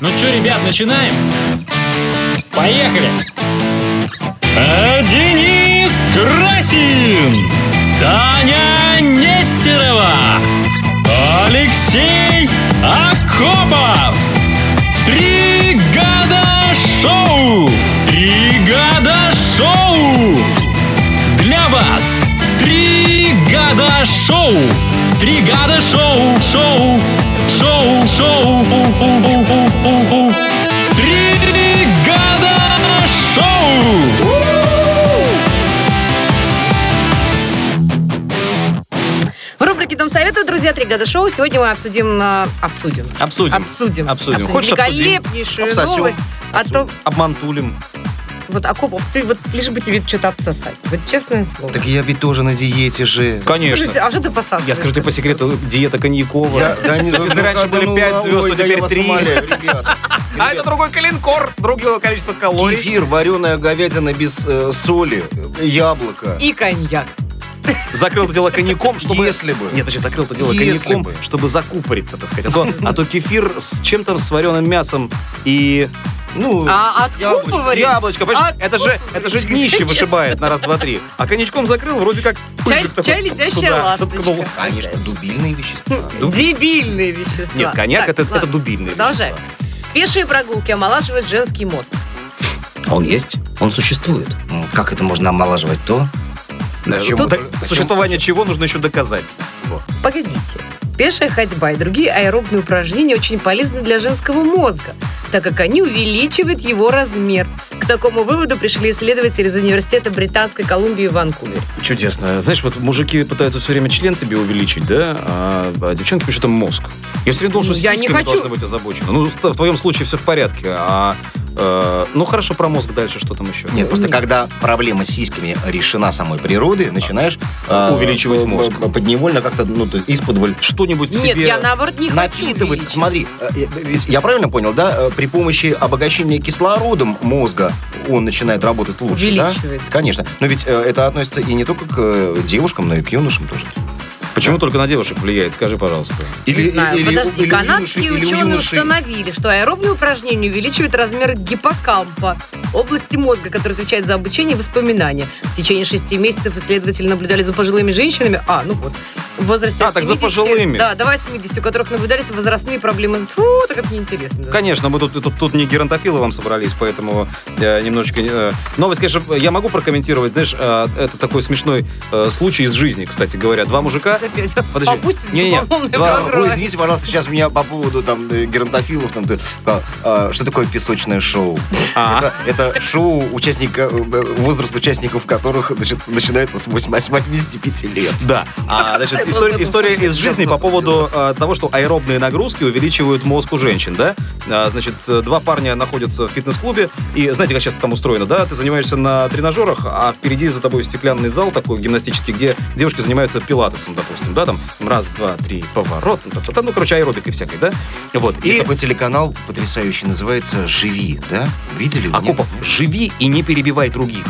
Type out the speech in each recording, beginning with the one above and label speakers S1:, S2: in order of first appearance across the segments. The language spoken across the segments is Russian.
S1: Ну чё, ребят, начинаем? Поехали!
S2: А Денис Красин, Таня Нестерова, Алексей Акопов. Три года шоу! Три года шоу! Для вас три года шоу! Три года шоу! Шоу! Шоу! Шоу! У, у, у, у, у, у. Три года шоу!
S3: В рубрике «Дом совета», друзья, «Три года шоу». Сегодня мы обсудим... э, обсудим.
S4: Обсудим.
S3: Обсудим.
S4: Обсудим. Хочешь, обсудим?
S3: Великолепнейшую
S4: Обсосем.
S3: новость. А то,
S4: Обмантулим.
S3: вот, Акопов, ты вот, лишь бы тебе что-то обсосать. Вот честное слово. Ну,
S5: Так я ведь тоже на диете же.
S3: Слушай,
S4: Конечно.
S3: а что ты посасываешь?
S4: Я скажу тебе по секрету, диета Коньякова.
S5: Я- да не-
S4: Если
S5: ну,
S4: раньше
S5: да
S4: были
S5: ну,
S4: 5 звезд,
S5: ой,
S4: то
S5: да я
S4: теперь
S5: вас
S4: 3.
S5: умоляю, ребята.
S4: А это другой калинкор, другое количество калорий.
S5: Кефир, вареная говядина без э, соли, яблоко.
S3: И коньяк.
S4: Закрыл это дело коньяком, чтобы...
S5: Если бы.
S4: Нет, значит, закрыл это дело
S5: Если
S4: коньяком,
S5: бы.
S4: чтобы закупориться, так сказать. А то, а то кефир с чем-то с вареным мясом и
S5: Ну,
S3: А
S5: с яблочком.
S4: с
S3: откупывали?
S4: яблочком. понимаешь?
S3: А,
S4: Это же, это же днище вышибает на раз, два, три. А коньячком закрыл, вроде как
S3: Чай,
S4: пыжик такой
S3: чай летящая
S4: туда
S3: ласточка.
S4: соткнул.
S5: Конечно, дубильные вещества.
S4: Дуб-
S3: Дебильные вещества.
S4: Нет, коньяк
S3: Так,
S4: это, это
S3: ладно.
S4: дубильный.
S3: Продолжаем. Пешие прогулки омолаживают женский мозг.
S1: А он есть? Он существует.
S5: М, Как это можно омолаживать то?
S3: Тут-
S4: Существование чего нужно еще доказать.
S3: Погодите. Пешая ходьба и другие аэробные упражнения очень полезны для женского мозга, так как они увеличивают его размер. К такому выводу пришли исследователи из Университета Британской Колумбии в Ванкувере.
S4: Чудесно. Знаешь, вот мужики пытаются все время член себе увеличить, да, а, а девчонки пишут им мозг. Я все время думал, что
S3: Ну,
S4: с
S3: я не
S4: сиськами
S3: хочу.
S4: должна быть озабочена. Ну, в, т- в твоем случае все в порядке. А, э, ну, хорошо, про мозг дальше, что там еще?
S5: Нет, просто
S3: Нет.
S5: когда проблема с сиськами решена самой природой, начинаешь... э,
S4: Увеличивать
S5: э,
S4: мозг.
S5: э, Подневольно как-то, ну, то есть исподволь
S4: Что-нибудь в
S3: Нет,
S4: себе...
S3: я наоборот не хочу
S5: напитывать.
S3: увеличить.
S5: Смотри, э, э, ведь я правильно понял, да? э, При помощи обогащения кислородом мозга он начинает работать лучше, да?
S3: Увеличивается.
S5: Конечно. Но ведь э, это относится и не только к э, девушкам, но и к юношам тоже.
S4: Почему только на девушек влияет, скажи, пожалуйста.
S3: Не знаю,
S5: или-
S3: подожди,
S5: или у
S3: канадские
S5: юношей, или у
S3: ученые
S5: юношей.
S3: установили, что аэробные упражнения увеличивают размер гиппокампа, области мозга, которая отвечает за обучение и воспоминания. В течение шести месяцев исследователи наблюдали за пожилыми женщинами, а, ну вот, в возрасте
S4: А,
S3: от
S4: так за
S3: 70,
S4: пожилыми.
S3: Да, до 80, у которых наблюдались возрастные проблемы. Фу, так это неинтересно. даже.
S4: Конечно, мы тут, тут, тут не геронтофилы вам собрались, поэтому э, немножечко... э, новость, конечно, я могу прокомментировать, знаешь, э, это такой смешной э, случай из жизни, кстати говоря. Два мужика...
S3: Опять.
S4: Подожди.
S3: Попустит
S4: Не-не-не.
S3: духовный
S4: Два-
S3: прогресс.
S5: Ой, извините, пожалуйста, сейчас меня по поводу там э, геронтофилов, там, ты, а, а, что такое песочное шоу?
S4: А.
S5: Это, это шоу участника, э, возраст участников которых значит, начинается с 85 лет.
S4: Да. А, значит, история, история из жизни по поводу э, того, что аэробные нагрузки увеличивают мозг у женщин, да? А, значит, э, два парня находятся в фитнес-клубе, и знаете, как сейчас там устроено, да? Ты занимаешься на тренажерах, а впереди за тобой стеклянный зал такой гимнастический, где девушки занимаются пилатесом, допустим, да? Там раз, два, три, поворот, ну, та-та-та, ну короче, аэробикой всякой, да? Вот.
S5: Есть
S4: И
S5: такой телеканал потрясающий, называется «Живи», да? Видели? вы?
S4: Акопов,
S5: Нет?
S4: живи и не перебивай других.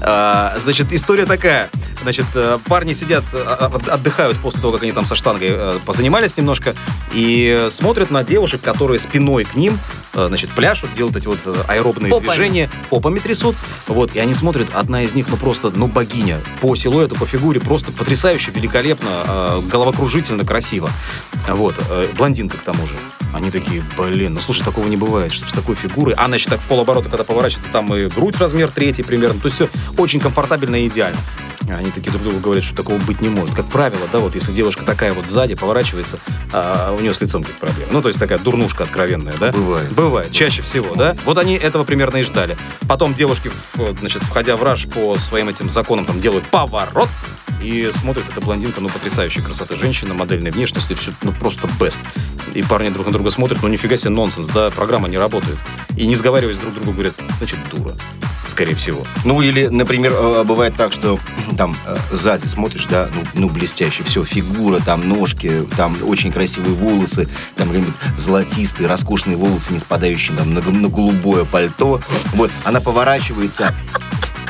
S4: А, Значит, история такая. Значит, э, парни сидят, э, от- отдыхают после того, как они там со штангой э, позанимались немножко, и смотрят на девушек, которые спиной к ним, э, значит, пляшут, делают эти вот э, аэробные
S3: Попами.
S4: движения, попами трясут. Вот, и они смотрят, одна из них, ну просто, ну богиня. По силуэту, по фигуре просто потрясающе, великолепно, э, головокружительно, красиво. Вот, э, блондинка к тому же. Они такие, блин, ну слушай, такого не бывает, чтобы с такой фигурой. А, значит, так в полоборота, когда поворачивается, там и грудь размер третий примерно. То есть все очень комфортабельно и идеально. А Они такие друг другу говорят, что такого быть не может. Как правило, да, вот если девушка такая вот сзади поворачивается, а у нее с лицом какие-то проблемы. Ну, то есть такая дурнушка откровенная, да?
S5: Бывает.
S4: Бывает, чаще всего, да? Вот они этого примерно и ждали. Потом девушки, в- значит, входя в раж по своим этим законам, там делают поворот и смотрят, эта блондинка, ну, потрясающей красоты женщина, модельной внешности, все, ну, просто бест. И парни друг на друга смотрят, ну, нифига себе нонсенс, да, программа не работает. И не сговариваясь друг другу, говорят, значит, дура, скорее всего.
S5: Ну, или, например, э, бывает так, что там э, сзади смотришь, да, ну, ну, блестяще, все, фигура, там ножки, там очень красивые волосы, там какие-нибудь золотистые, роскошные волосы, не спадающие там на, г- на голубое пальто. Вот, она поворачивается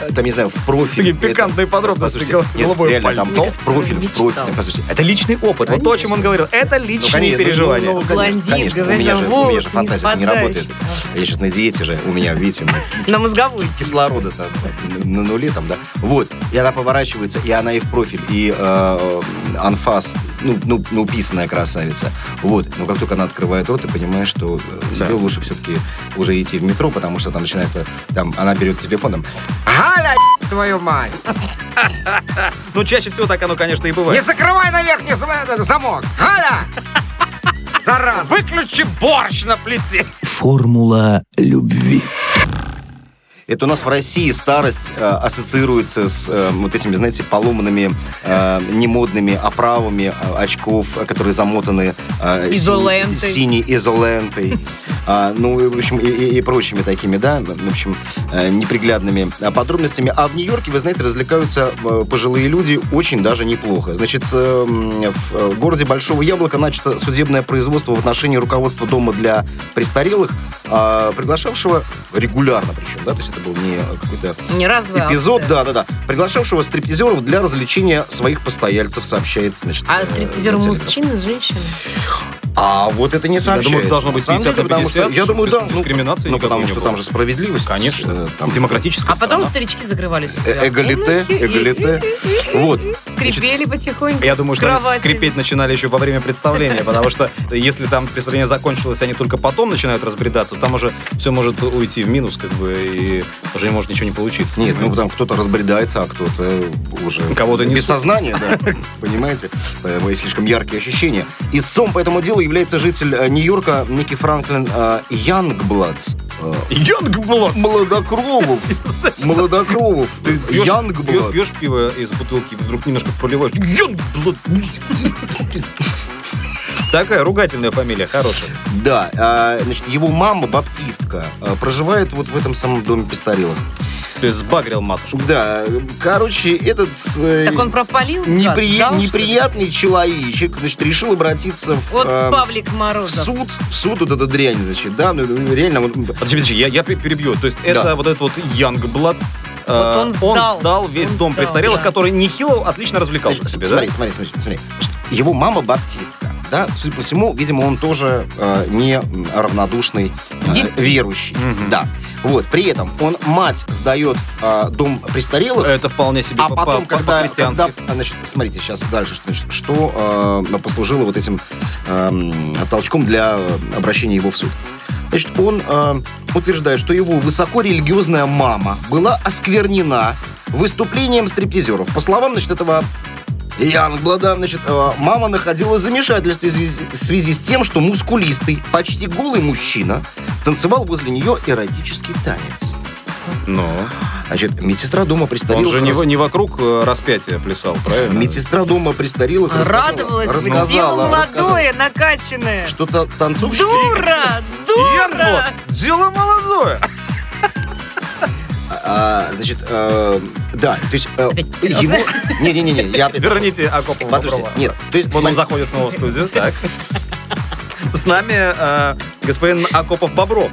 S5: э, там, не знаю, в профиль.
S4: Такие
S5: это-
S4: пикантные подробности,
S5: послушайте,
S4: гол-
S5: нет,
S4: голубой
S5: реально,
S4: пальто.
S5: там то в профиль, в
S3: Мечтал.
S5: профиль. там, Послушайте,
S4: Это личный опыт. Вот то, о чем он говорил. Это личные
S5: конечно, ну,
S4: переживания.
S5: ну,
S3: Блондин,
S5: конечно, у
S3: говоришь,
S5: меня
S3: а
S5: же, у меня
S3: волосы
S5: же
S3: не
S5: фантазия не
S3: спадающие.
S5: работает. Я сейчас на диете же, у меня, видите, у меня
S3: На мозговую.
S5: кислорода там на нуле там, да. Вот. И она поворачивается, и она и в профиль, и э, анфас, ну, ну, ну, писаная красавица. Вот. Но как только она открывает рот, ты понимаешь, что э, тебе
S4: Да.
S5: лучше все-таки уже идти в метро, потому что там начинается, там, она берет телефоном.
S6: Галя, твою мать!
S4: Ну, чаще всего так оно, конечно, и
S6: Не
S4: бывает.
S6: закрывай на верхний зам- замок! Галя! Зараза!
S4: Выключи борщ на плите.
S7: Формула любви.
S5: Это у нас в России старость э, ассоциируется с э, вот этими, знаете, поломанными, э, немодными оправами э, очков, э, которые замотаны э, си-
S3: Изолентой.
S5: синей изолентой. А, ну, и, в общем, и, и- и прочими такими, да, в общем, э, неприглядными э, подробностями. А в Нью-Йорке, вы знаете, развлекаются э, пожилые люди очень даже неплохо. Значит, э, м, в э, городе Большого Яблока начато судебное производство в отношении руководства дома для престарелых, а, приглашавшего регулярно причем, да, то есть это был не какой-то
S3: Не разовая
S5: эпизод,
S3: акция.
S5: да-да-да, приглашавшего стриптизеров для развлечения своих постояльцев, сообщает, значит...
S3: А
S5: э,
S3: стриптизер
S5: «Телеграф».
S3: мужчина с женщиной?
S5: А вот это не
S4: Я
S5: сообщается.
S4: думаю, это должно
S5: На
S4: быть
S5: самом
S4: 50 на
S5: деле, потому что-
S4: 50.
S5: Я думаю,
S4: без
S5: да. ну,
S4: Дискриминации
S5: Ну,
S4: никакой
S5: потому
S4: не
S5: что
S4: было.
S5: там же справедливость.
S4: Конечно.
S5: э, там-
S4: Демократическая
S3: А потом
S4: страна.
S3: старички закрывались. у себя в
S5: Эгалите,
S3: комнатке и-
S5: эгалите.
S3: и- и- и-
S5: Э, Вот.
S3: Скрипели потихоньку.
S4: Я думаю, что они
S3: Кровати.
S4: скрипеть начинали еще во время представления, потому что если там представление закончилось, они только потом начинают разбредаться, там уже все может уйти в минус, как бы, и уже не может ничего не получиться.
S5: Нет, ну
S4: понимаете?
S5: там кто-то разбредается, а кто-то уже
S4: Кого-то не
S5: без
S4: су-
S5: сознания, да, понимаете? Поэтому есть слишком яркие ощущения. Истцом по этому делу является житель э, Нью-Йорка Ники Франклин э, Янгблад. Э,
S4: Йонгблот!
S5: Молодокровов. Молодокровов.
S4: Ты пьешь, пьё-
S5: Янгблад.
S4: пьешь пиво из бутылки, вдруг немножко поливаешь. Йонгблот! Такая ругательная фамилия, хорошая.
S5: Да, а, значит, его мама, баптистка, а, проживает вот в этом самом доме престарелых.
S4: То есть сбагрил матушку.
S5: Да, короче, этот... э,
S3: Так он пропалил? гад,
S5: непри-
S3: сдал, что ли?
S5: неприятный человечек, значит, решил обратиться в,
S3: Вот
S5: э,
S3: Павлик
S5: в
S3: Морозов.
S5: суд, в суд вот эта дрянь, значит, да, ну, ну, реально, вот,
S4: Подожди, подожди, я, я пе- перебью. То есть это вот этот вот Янгблад, э,
S3: он сдал.
S4: весь
S3: Он
S4: дом
S3: сдал,
S4: престарелых,
S3: да.
S4: который нехило отлично развлекался
S5: значит,
S4: себе, да?
S5: смотри, смотри, смотри, смотри. Значит, Его мама баптистка, да, судя по всему, видимо, он тоже э, не м, равнодушный э,
S3: Дептист.
S5: верующий,
S4: Мгм.
S5: да. Вот, при этом он мать сдает в э, дом престарелых,
S4: Это вполне себе
S5: А
S4: по-
S5: потом,
S4: по- по-
S5: когда,
S4: по-христиански.
S5: когда- а, значит, смотрите, сейчас дальше, что, значит, что э, послужило вот этим эм, толчком для э, обращения его в суд. Значит, он э, утверждает, что его высокорелигиозная мама была осквернена выступлением стриптизеров. По словам, значит, этого Янгблада, значит, э, мама находила замешательство в связи, в связи с тем, что мускулистый, почти голый мужчина танцевал возле нее эротический танец.
S4: Ну,
S5: Значит, медсестра дома
S4: он
S5: престарелых
S4: же не,
S5: рас-
S4: в- не вокруг э, распятия плясал, правильно?
S5: Медсестра дома престарелых рассказала-
S3: Радовалась,
S5: рассказала,
S3: дело
S5: рассказала.
S3: молодое, накачанное.
S5: Что-то танцовщики...
S3: Дура! Дура!
S4: Янгблад, дело молодое!
S5: А, значит, э, да, то есть... э,
S3: Опять потерялся.
S5: его... Не-не-не, я... опять-
S4: Верните Акопова.
S5: Послушайте,
S4: Боброва.
S5: нет, то есть...
S4: Вот он
S5: смотри,
S4: заходит снова в студию, так. С нами э, господин Акопов-Бобров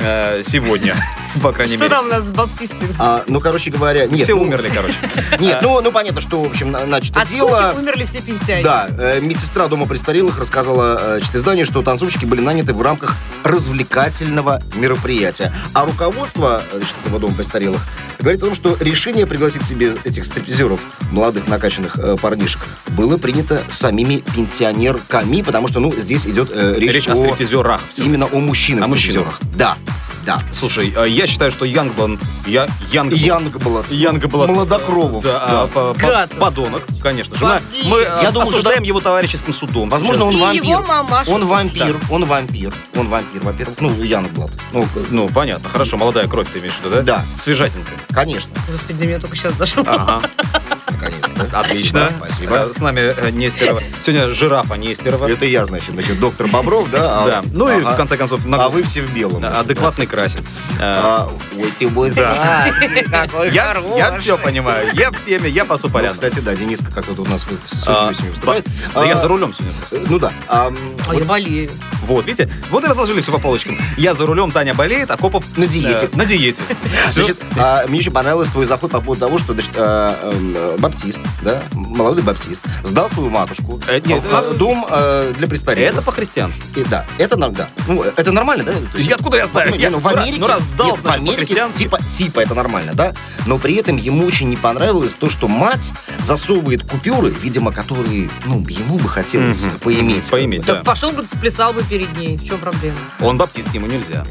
S4: э, сегодня, по крайней
S3: Что
S4: мере.
S3: там у нас с баптистами?
S5: а, ну, короче говоря, нет.
S4: Все
S5: ну,
S4: умерли, короче.
S5: Нет, ну, ну, понятно, что, в общем, на- начато
S3: От скуки
S5: дело...
S3: умерли все пенсионеры.
S5: Да, э, медсестра дома престарелых рассказала э, значит, изданию, что танцовщики были наняты в рамках развлекательного мероприятия. А руководство э, значит, этого дома престарелых говорит о том, что решение пригласить себе этих стриптизеров, молодых накачанных э, парнишек, было принято самими пенсионерками, потому что, ну, здесь идет э, речь,
S4: Речь
S5: о,
S4: о стриптизерах. всё.
S5: именно о мужчинах
S4: О мужчинах.
S5: стриптизерах. Да, да.
S4: Слушай, э, я считаю, что Янгбланд... Я, Янгбланд.
S5: Янгблад.
S4: Янгблад.
S5: Молодокровов.
S4: Да, а, по- по-
S3: Гад.
S4: подонок, конечно же. Мы-
S3: Подлец.
S4: Мы э,
S5: Я думаю, что
S4: осуждаем его товарищеским судом.
S5: Возможно,
S4: сейчас.
S5: он
S3: И
S5: вампир.
S3: его мамаша.
S5: Он вампир, он вампир, он вампир, во-первых. Ну, Янгблад. Ну,
S4: Ну, понятно, хорошо, молодая кровь ты имеешь в виду, да?
S5: Да.
S4: Свежатинка.
S5: конечно,
S3: Господи, до меня только сейчас дошло.
S5: А,
S4: Ага,
S5: наконец-то.
S4: отлично.
S5: Спасибо.
S4: Э, С нами э, Нестерова. Сегодня жирафа Нестерова.
S5: Это я, значит, значит, доктор Бобров, да? а-
S4: Да. Ну и
S5: а-
S4: в конце концов, на-
S5: А вы все в белом.
S4: адекватный красин. Э,
S5: А, Ой, ты мой
S4: Да.
S5: зайчик, какой
S4: Я,
S5: хороший.
S4: я все понимаю. Я в теме, я пасу
S5: Ну,
S4: порядок.
S5: кстати, да, Дениска как-то у нас с осенью
S4: А,
S5: выступает.
S4: Да
S5: А,
S4: я за рулем сегодня. просто.
S5: э, Ну да. а, м,
S3: А
S5: вот
S3: я болею.
S4: Вот, видите? Вот и разложили все по полочкам. Я за рулем, Таня болеет, а Копов...
S5: На диете.
S4: э, на диете. Всё.
S5: Значит, а, мне еще понравилось твой заход по поводу того, что значит, а, э, баптист, да, молодой баптист, сдал свою матушку,
S4: Э, нет,
S5: а, в дом э, для престарелых.
S4: Это по-христиански.
S5: И да, это нар- да. Ну, это нормально, да? То есть-
S4: Я откуда я знаю?
S5: Ну,
S4: Я-
S5: ну, в
S4: ну, раз-
S5: Америке,
S4: ну, раз сдал,
S5: нет, в
S4: значит,
S5: Америке
S4: по-христиански.
S5: типа, типа это нормально, да? Но при этом ему очень не понравилось то, что мать засовывает купюры, видимо, которые, ну, ему бы хотелось
S4: Мгм.
S5: поиметь.
S4: Поиметь, да.
S3: Так пошел бы, плясал бы перед ней. В чем проблема?
S4: Он баптист, ему нельзя.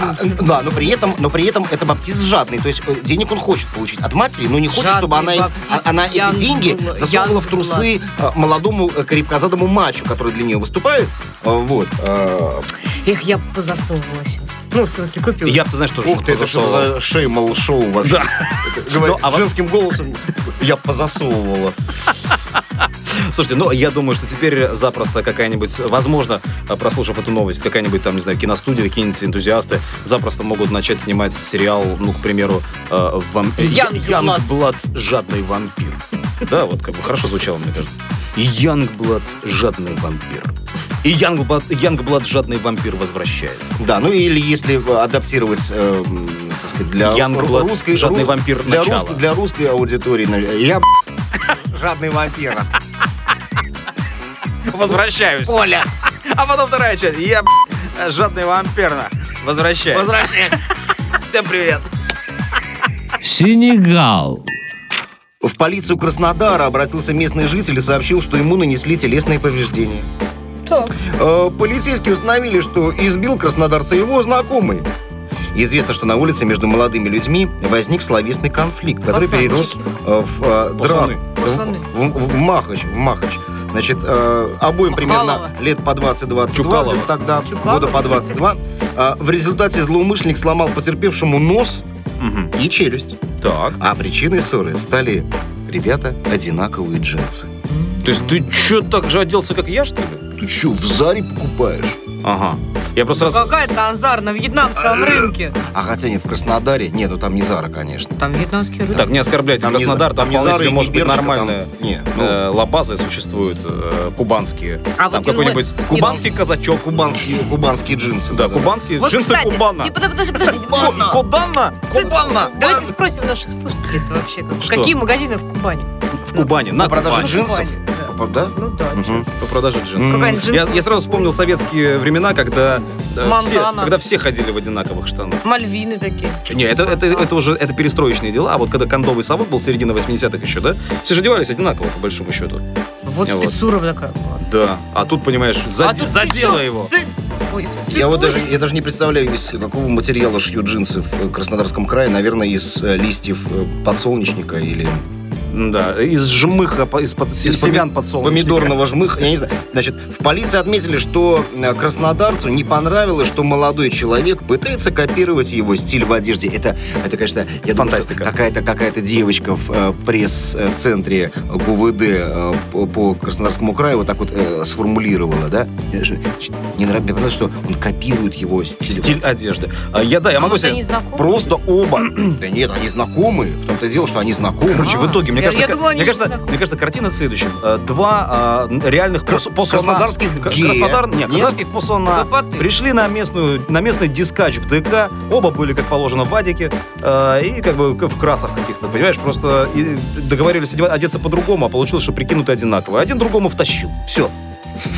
S5: А, Да, но при этом, но при этом это баптист жадный, то есть э, денег он хочет получить от матери, но не хочет,
S3: Жадный
S5: чтобы она, им-
S3: баптист,
S5: а- она эти
S3: Янг
S5: деньги
S3: был-
S5: засовывала
S3: Янг
S5: в трусы э, молодому э, крепкозадому мачу, который для нее выступает. Э, Вот. э,
S3: Эх, я бы позасовывала сейчас. Ну, в смысле, купила.
S4: Я, ты знаешь, тоже
S5: Ух ты, это что
S4: позасовывал.
S5: за шеймал шоу вообще?
S4: ну Да.
S5: Это говорит
S4: Ну, а вот-
S5: женским голосом я позасовывала.
S4: Слушайте, ну я думаю, что теперь запросто какая-нибудь, возможно, э, прослушав эту новость, какая-нибудь там, не знаю, киностудия, какие-нибудь энтузиасты запросто могут начать снимать сериал, ну, к примеру, э, вам...
S3: Youngblood.
S4: Янгблад жадный вампир. Да, вот как бы хорошо звучало, мне кажется. И Янгблад жадный вампир. И Янгблад, Янгблад жадный вампир возвращается.
S5: Да, ну или если адаптировать, э, м, так сказать, для
S4: Youngblood,
S5: русской...
S4: жадный
S5: ру-
S4: вампир
S5: для
S4: начало.
S5: русской, для русской аудитории. наверное, Я б***ь, жадный вампир.
S1: Возвращаюсь.
S5: Оля,
S1: А потом вторая часть. Я, б***ь, жадный вампирна. Возвращаюсь.
S5: возвращай.
S1: Всем привет.
S7: Сенегал.
S5: В полицию Краснодара обратился местный житель и сообщил, что ему нанесли телесные повреждения.
S3: Так.
S5: Э, Полицейские установили, что избил краснодарца его знакомый. Известно, что на улице между молодыми людьми возник словесный конфликт, который
S3: Пацанчики.
S5: перерос э, в э,
S4: Пацаны.
S5: драку.
S3: Пацаны.
S5: В, в- в махач, в махач. Значит, э, обоим примерно
S3: Махалова.
S5: лет по 20-22,
S4: Чукалова.
S5: где-то тогда
S3: Чукалова.
S5: года по 22. Э, в результате злоумышленник сломал потерпевшему нос
S4: Мгм.
S5: и челюсть.
S4: Так.
S5: А причиной ссоры стали, ребята, одинаковые джинсы.
S4: То есть ты чё так же оделся, как я, что ли?
S5: Ты что, в Заре покупаешь?
S4: Ага. Я просто раз...
S3: Какая-то Анзар на вьетнамском рынке.
S5: А хотя не в Краснодаре. Нет, ну там не Зара, конечно.
S3: Там вьетнамский рынок.
S4: Так, не оскорбляйте
S5: Там не
S4: Краснодар,
S5: Зара-
S4: там
S5: не
S4: вполне
S5: Зара и
S4: себе
S5: не
S4: может быть
S5: Бершка, там-
S4: нормальная
S5: Не, ну,
S4: э, лабазы существуют э, кубанские.
S3: А вот
S4: Там
S3: Генуэ-
S4: какой-нибудь кубанский казачок.
S5: ну, кубанские, кубанские джинсы.
S4: Да, кубанские
S3: Вот,
S4: джинсы
S3: кстати,
S4: кубана.
S3: не, подо- подожди, подожди.
S4: Ку- Кубана? Кубана!
S3: Давайте спросим наших слушателей это вообще. как-
S4: Что?
S3: Какие магазины в Кубани?
S4: В Кубани, на
S5: По продаже
S4: Кубани.
S5: джинсов?
S3: Кубани, да.
S5: Да?
S3: Ну да.
S5: Мгм.
S3: чё.
S4: По продаже джинсов.
S5: М.
S3: Какая-нибудь
S4: Я,
S3: джинсовая
S4: я сразу вспомнил советские времена, когда, э, все,
S3: Мандана.
S4: когда все ходили в одинаковых штанах.
S3: Мальвины такие.
S4: Не, это, это, это уже это перестроечные дела, а вот когда кондовый совок был, середина 80-х еще, да, все же девались одинаково, по большому счету.
S3: Вот
S4: Вот.
S3: спецуров такая.
S4: Да, а тут, понимаешь, заде-
S3: А тут
S4: задело
S3: ты чё?
S4: его.
S3: Ты- Ой,
S5: Я вот
S3: ты-
S5: даже, я даже не представляю, из какого материала шьют джинсы в Краснодарском крае. Наверное, из э, листьев э, подсолнечника или
S4: Да, из жмыха, по- из, под-
S5: Из
S4: семян подсолнечника.
S5: помидорного жмых. Я не знаю. Значит, в полиции отметили, что э, краснодарцу не понравилось, что молодой человек пытается копировать его стиль в одежде. Это, это конечно, я думаю, что
S4: Фантастика.
S5: какая-то какая-то девочка в э, пресс-центре ГУВД э, по, по Краснодарскому краю вот так вот э, сформулировала, да? Я же- Не нравится, мне понравилось, что он копирует его стиль.
S4: Стиль одежды. А, Я, да, я
S3: А
S4: могу
S3: может,
S4: себе...
S3: они знакомы?
S5: Просто оба. да нет, они знакомые. В том-то и дело, что они знакомы.
S4: Короче, в
S3: А,
S4: итоге, мне
S3: я-
S4: кажется,
S3: я
S4: ка-
S3: думала, они
S4: мне, кажется
S3: не знакомы.
S4: мне кажется, картина в следующем. Э, Два а, н- реальных пос- посуна-
S5: краснодарских
S4: К-
S5: гея.
S4: Краснодар... Нет,
S5: Нет?
S4: краснодарских посуна
S3: Копоты.
S4: пришли на, местную, на местный дискач в ДК, оба были, как положено, в адике, э, и как бы к- в красах каких-то, понимаешь, просто и договорились одева- одеться по-другому, а получилось, что прикинуты одинаково. Один другому втащил, все.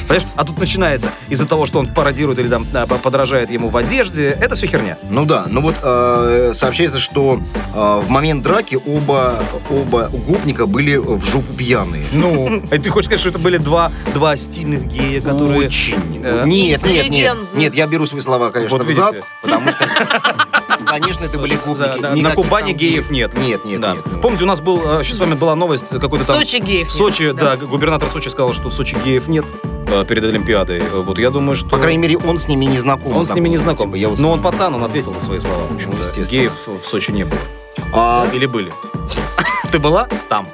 S4: Понимаешь? А тут начинается из-за того, что он пародирует или там э, подражает ему в одежде, это все херня.
S5: Ну да, ну вот э, сообщается, что э, в момент драки оба, оба гопника были в жопу пьяные.
S4: Ну, и ты хочешь сказать, что это были два, два стильных гея, которые...
S5: Очень.
S4: э,
S5: Нет, нет, нет.
S3: интеллигентно.
S5: Нет, я беру свои слова, конечно,
S4: Вот
S5: в зад,
S4: видите.
S5: потому что, конечно, это были
S4: Да,
S5: гопники.
S4: да, на
S5: Никаких
S4: Кубани
S5: там
S4: геев нет.
S5: Нет, нет,
S4: Да.
S5: нет.
S4: Помните, у нас был, э, еще с вами была новость,
S3: В
S4: какой-то там...
S3: Сочи геев.
S4: В Сочи,
S3: нет,
S4: да, губернатор Сочи сказал, что в Сочи геев нет э, перед Олимпиадой. Э, Вот я думаю, что...
S5: По крайней мере, он с ними не знаком.
S4: он с ними не знаком.
S5: Типа, я вот-
S4: Но он пацан, он ответил за свои слова. В общем,
S5: Ну,
S4: да.
S5: естественно.
S4: геев в Сочи не было.
S5: А,
S4: Или были? Ты была там?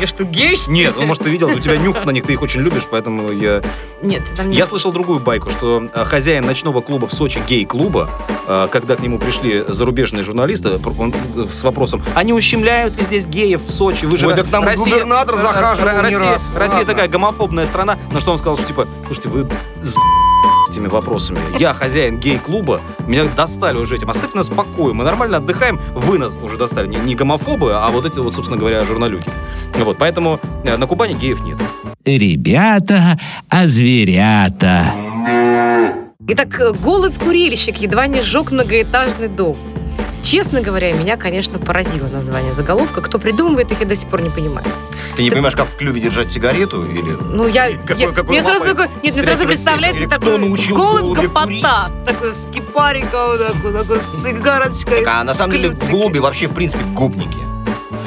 S3: Я что, гей? что ли?
S4: Нет, ну, может, ты видел, у тебя нюх на них, ты их очень любишь, поэтому я...
S3: Нет, там не
S4: Я слышал другую байку, что э, хозяин ночного клуба в Сочи, гей-клуба, э, когда к нему пришли зарубежные журналисты пр- он, э, с вопросом, они ущемляют ли здесь геев в Сочи? Вы же
S5: Ой,
S4: ра-
S5: так нам губернатор
S4: э,
S5: захаживал
S4: э,
S5: не
S4: Россия,
S5: раз.
S4: Россия
S5: Ладно.
S4: такая гомофобная страна, на что он сказал, что типа, слушайте, вы за***, с этими вопросами. Я хозяин гей-клуба, меня достали уже этим. Оставьте нас в покое, мы нормально отдыхаем, вы нас уже достали. Не, не гомофобы, а вот эти вот, собственно говоря, журналюки. Вот, поэтому э, на Кубани геев нет.
S7: Ребята, а зверята.
S3: Итак, э, голубь-курильщик едва не сжег многоэтажный дом. Честно говоря, меня, конечно, поразило название заголовка. Кто придумывает их, я до сих пор не понимаю.
S5: Ты не понимаешь, как в клюве держать сигарету? Или...
S3: Ну, я...
S1: Какой-
S3: я-
S1: какой
S3: мне сразу
S1: лапой?
S3: такой... Нет, мне сразу
S1: Встряхивать
S3: представляется
S5: стеклом.
S3: такой
S5: Кто научил
S3: голубь
S5: голубя
S3: капота. Такой с кипариком, такой, такой с цигарочкой.
S5: А на самом деле
S3: Клювчики.
S5: голуби вообще, в принципе, гопники.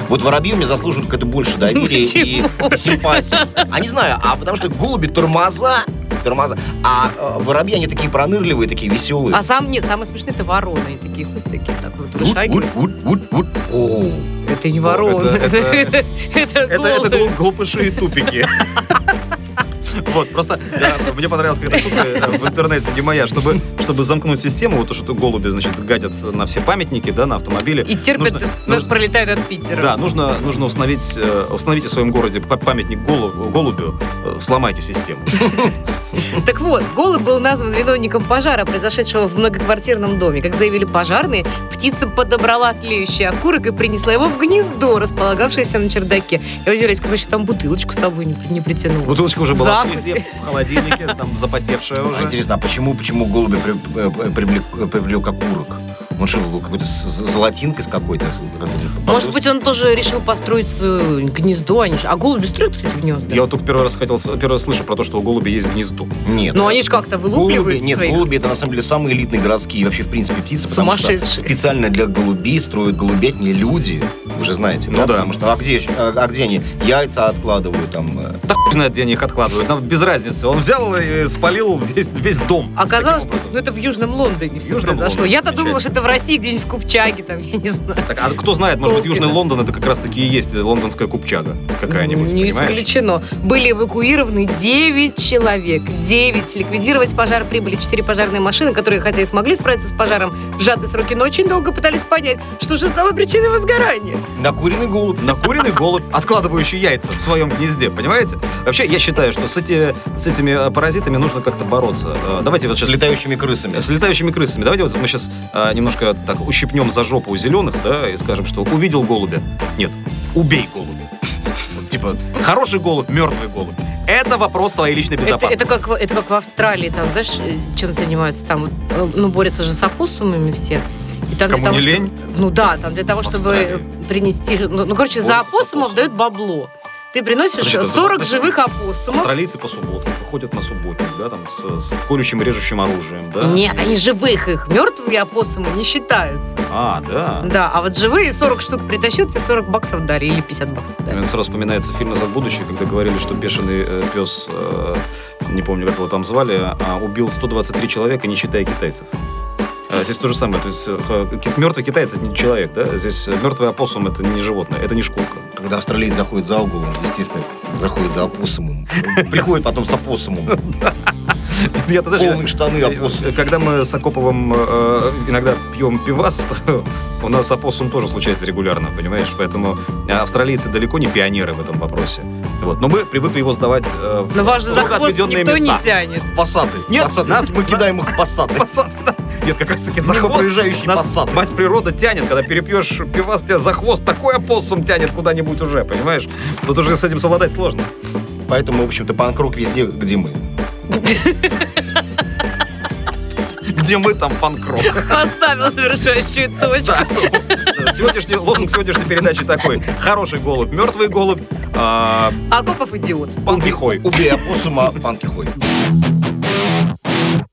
S5: Вот воробьи мне заслуживают как-то больше доверия и
S3: Почему?
S5: и симпатии. А не знаю, а потому что голуби тормоза, тормоза. А э, воробьи, они такие пронырливые, такие веселые.
S3: А сам, нет, самые смешные это вороны. Они такие, вот такие, так вот вышагивают.
S5: Оу.
S3: Это не вороны.
S1: это- это- Это,
S3: Это
S1: это
S3: голуби.
S1: глуп- глупыши и тупики. Вот, просто э, мне понравилась какая-то штука э, в интернете, не моя, чтобы, чтобы замкнуть систему, вот то, что голуби, значит, гадят на все памятники, да, на автомобиле.
S3: И терпят,
S1: Нужно-
S3: ну,
S1: нужно-
S3: пролетают от Питера.
S4: Да, нужно, нужно установить, э, установить в своем городе па- памятник голу- голубю, э, сломайте систему.
S3: Так вот, голубь был назван виновником пожара, произошедшего в многоквартирном доме. Как заявили пожарные, птица подобрала тлеющий окурок и принесла его в гнездо, располагавшееся на чердаке. Я удивляюсь, как он еще там бутылочку с собой не, не притянул.
S4: Бутылочка уже была
S3: Закуси.
S4: везде, в холодильнике, там запотевшая
S5: А
S4: уже.
S5: Интересно, а почему, почему голуби при- э, привлек, э, привлек окурок? Он что, был какой-то с- с- золотинкой с какой-то? Как он их
S3: Может
S5: побросил?
S3: быть, он тоже решил построить свое гнездо. Они ж- А голуби строят, кстати, гнезда.
S4: Я вот только первый раз хотел, первый раз слышу про то, что у голуби есть гнездо.
S5: Нет.
S3: Но Ну, они же как-то
S5: Голуби,
S3: вылупливают
S5: нет,
S3: своих.
S5: голуби это на самом деле самые элитные городские вообще в принципе птицы, потому что
S3: Сумасшедшие.
S5: специально для голубей строят голубятни люди, вы же знаете,
S4: Ну да.
S5: Потому что а где, еще- а, а где они? Яйца откладывают там. э.
S4: Да хуй знает, где они их откладывают. Нам без разницы. Он взял и спалил весь, весь дом.
S3: Оказалось, что ну, это в Южном Лондоне все
S4: Южном
S3: произошло.
S4: Лондоне,
S3: Я-то думала,
S4: замечательно.
S3: что это в России где-нибудь в Купчаге, там, я не знаю.
S4: Так, а кто знает, может быть, Южный Лондон это как раз таки и есть лондонская купчага какая-нибудь,
S3: Не
S4: понимаешь?
S3: исключено. Были эвакуированы 9 человек. 9. Ликвидировать пожар прибыли 4 пожарные машины, которые, хотя и смогли справиться с пожаром в сжатые сроки, но очень долго пытались понять, что же стало причиной возгорания.
S5: Накуренный голубь.
S4: Накуренный голубь, откладывающий яйца в своем гнезде, понимаете? Вообще, я считаю, что с, эти, с этими э, паразитами нужно как-то бороться. Э, Давайте вот
S5: С
S4: сейчас...
S5: летающими крысами.
S4: С летающими крысами. Давайте вот мы сейчас немножко так ущипнем за жопу у зеленых, да, и скажем, что увидел голубя. Нет, убей голубя. Вот, Типа, хороший голубь, мертвый голубь. Это вопрос твоей личной
S3: Это,
S4: безопасности.
S3: это как, в- это как в Австралии, там, знаешь, э, чем занимаются? Там, вот, э, ну, борются же с опоссумами все. И там для
S4: Кому
S3: того,
S4: не
S3: чтоб-
S4: лень.
S3: Ну да, там для того, чтобы э, принести... Ну, ну, короче, за
S4: Борются с
S3: опоссумов
S4: опоссумом.
S3: дают бабло. Ты приносишь
S4: Подожди,
S3: 40
S4: подожди, подожди.
S3: живых опоссумов,
S4: Австралийцы по субботам выходят на субботник, да, там с, с колющим режущим оружием, да?
S3: Нет, они живых их. Мертвые опоссумы не считаются.
S4: А, да.
S3: Да, а вот живые 40 штук притащил, тебе 40 баксов дали или 50 баксов дали.
S4: Мне Сразу вспоминается фильм «Назад в будущее», когда говорили, что бешеный э, пес, э, не помню, как его там звали, а, убил 123 человека, не считая китайцев. А Здесь то же самое. То есть э, х- ки- мертвый китаец это не человек, да? Здесь э, мертвый опоссум это не животное, это не шкурка.
S5: Когда австралиец заходит за угол, он, естественно, заходит за опоссумом. Приходит потом с опоссумом.
S4: Я, ты знаешь, я-
S5: Полные штаны опоссум.
S4: э, Когда мы с Акоповым э, иногда пьем пивас, у нас опоссум тоже случается регулярно, понимаешь? Поэтому э, австралийцы далеко не пионеры в этом вопросе. Вот. Но мы привыкли его сдавать э, в
S3: Но вас же за
S4: трудно
S3: хвост
S4: отведенные
S3: никто не
S4: места.
S3: тянет.
S5: Пассаты.
S4: э, Нет,
S5: пассаты.
S4: нас-
S5: мы кидаем их в пассаты.
S4: Пассат, да. Нет, как раз таки за
S5: Мимо
S4: хвост.
S5: проезжающий
S4: Нас
S5: пассат.
S4: Мать природа тянет, когда перепьешь пивас, тебя за хвост такой опоссум тянет куда-нибудь уже, понимаешь? Тут уже с этим совладать сложно.
S5: Поэтому, в общем-то, панкрок везде, где мы.
S4: Где мы там панкрок?
S3: Поставил завершающую точку.
S4: Да. Э, Сегодняшний лозунг сегодняшней передачи такой. Хороший голубь, мертвый голубь, а,
S3: Акопов идиот.
S4: панкихой.
S5: Убей опоссума, а панки ходят.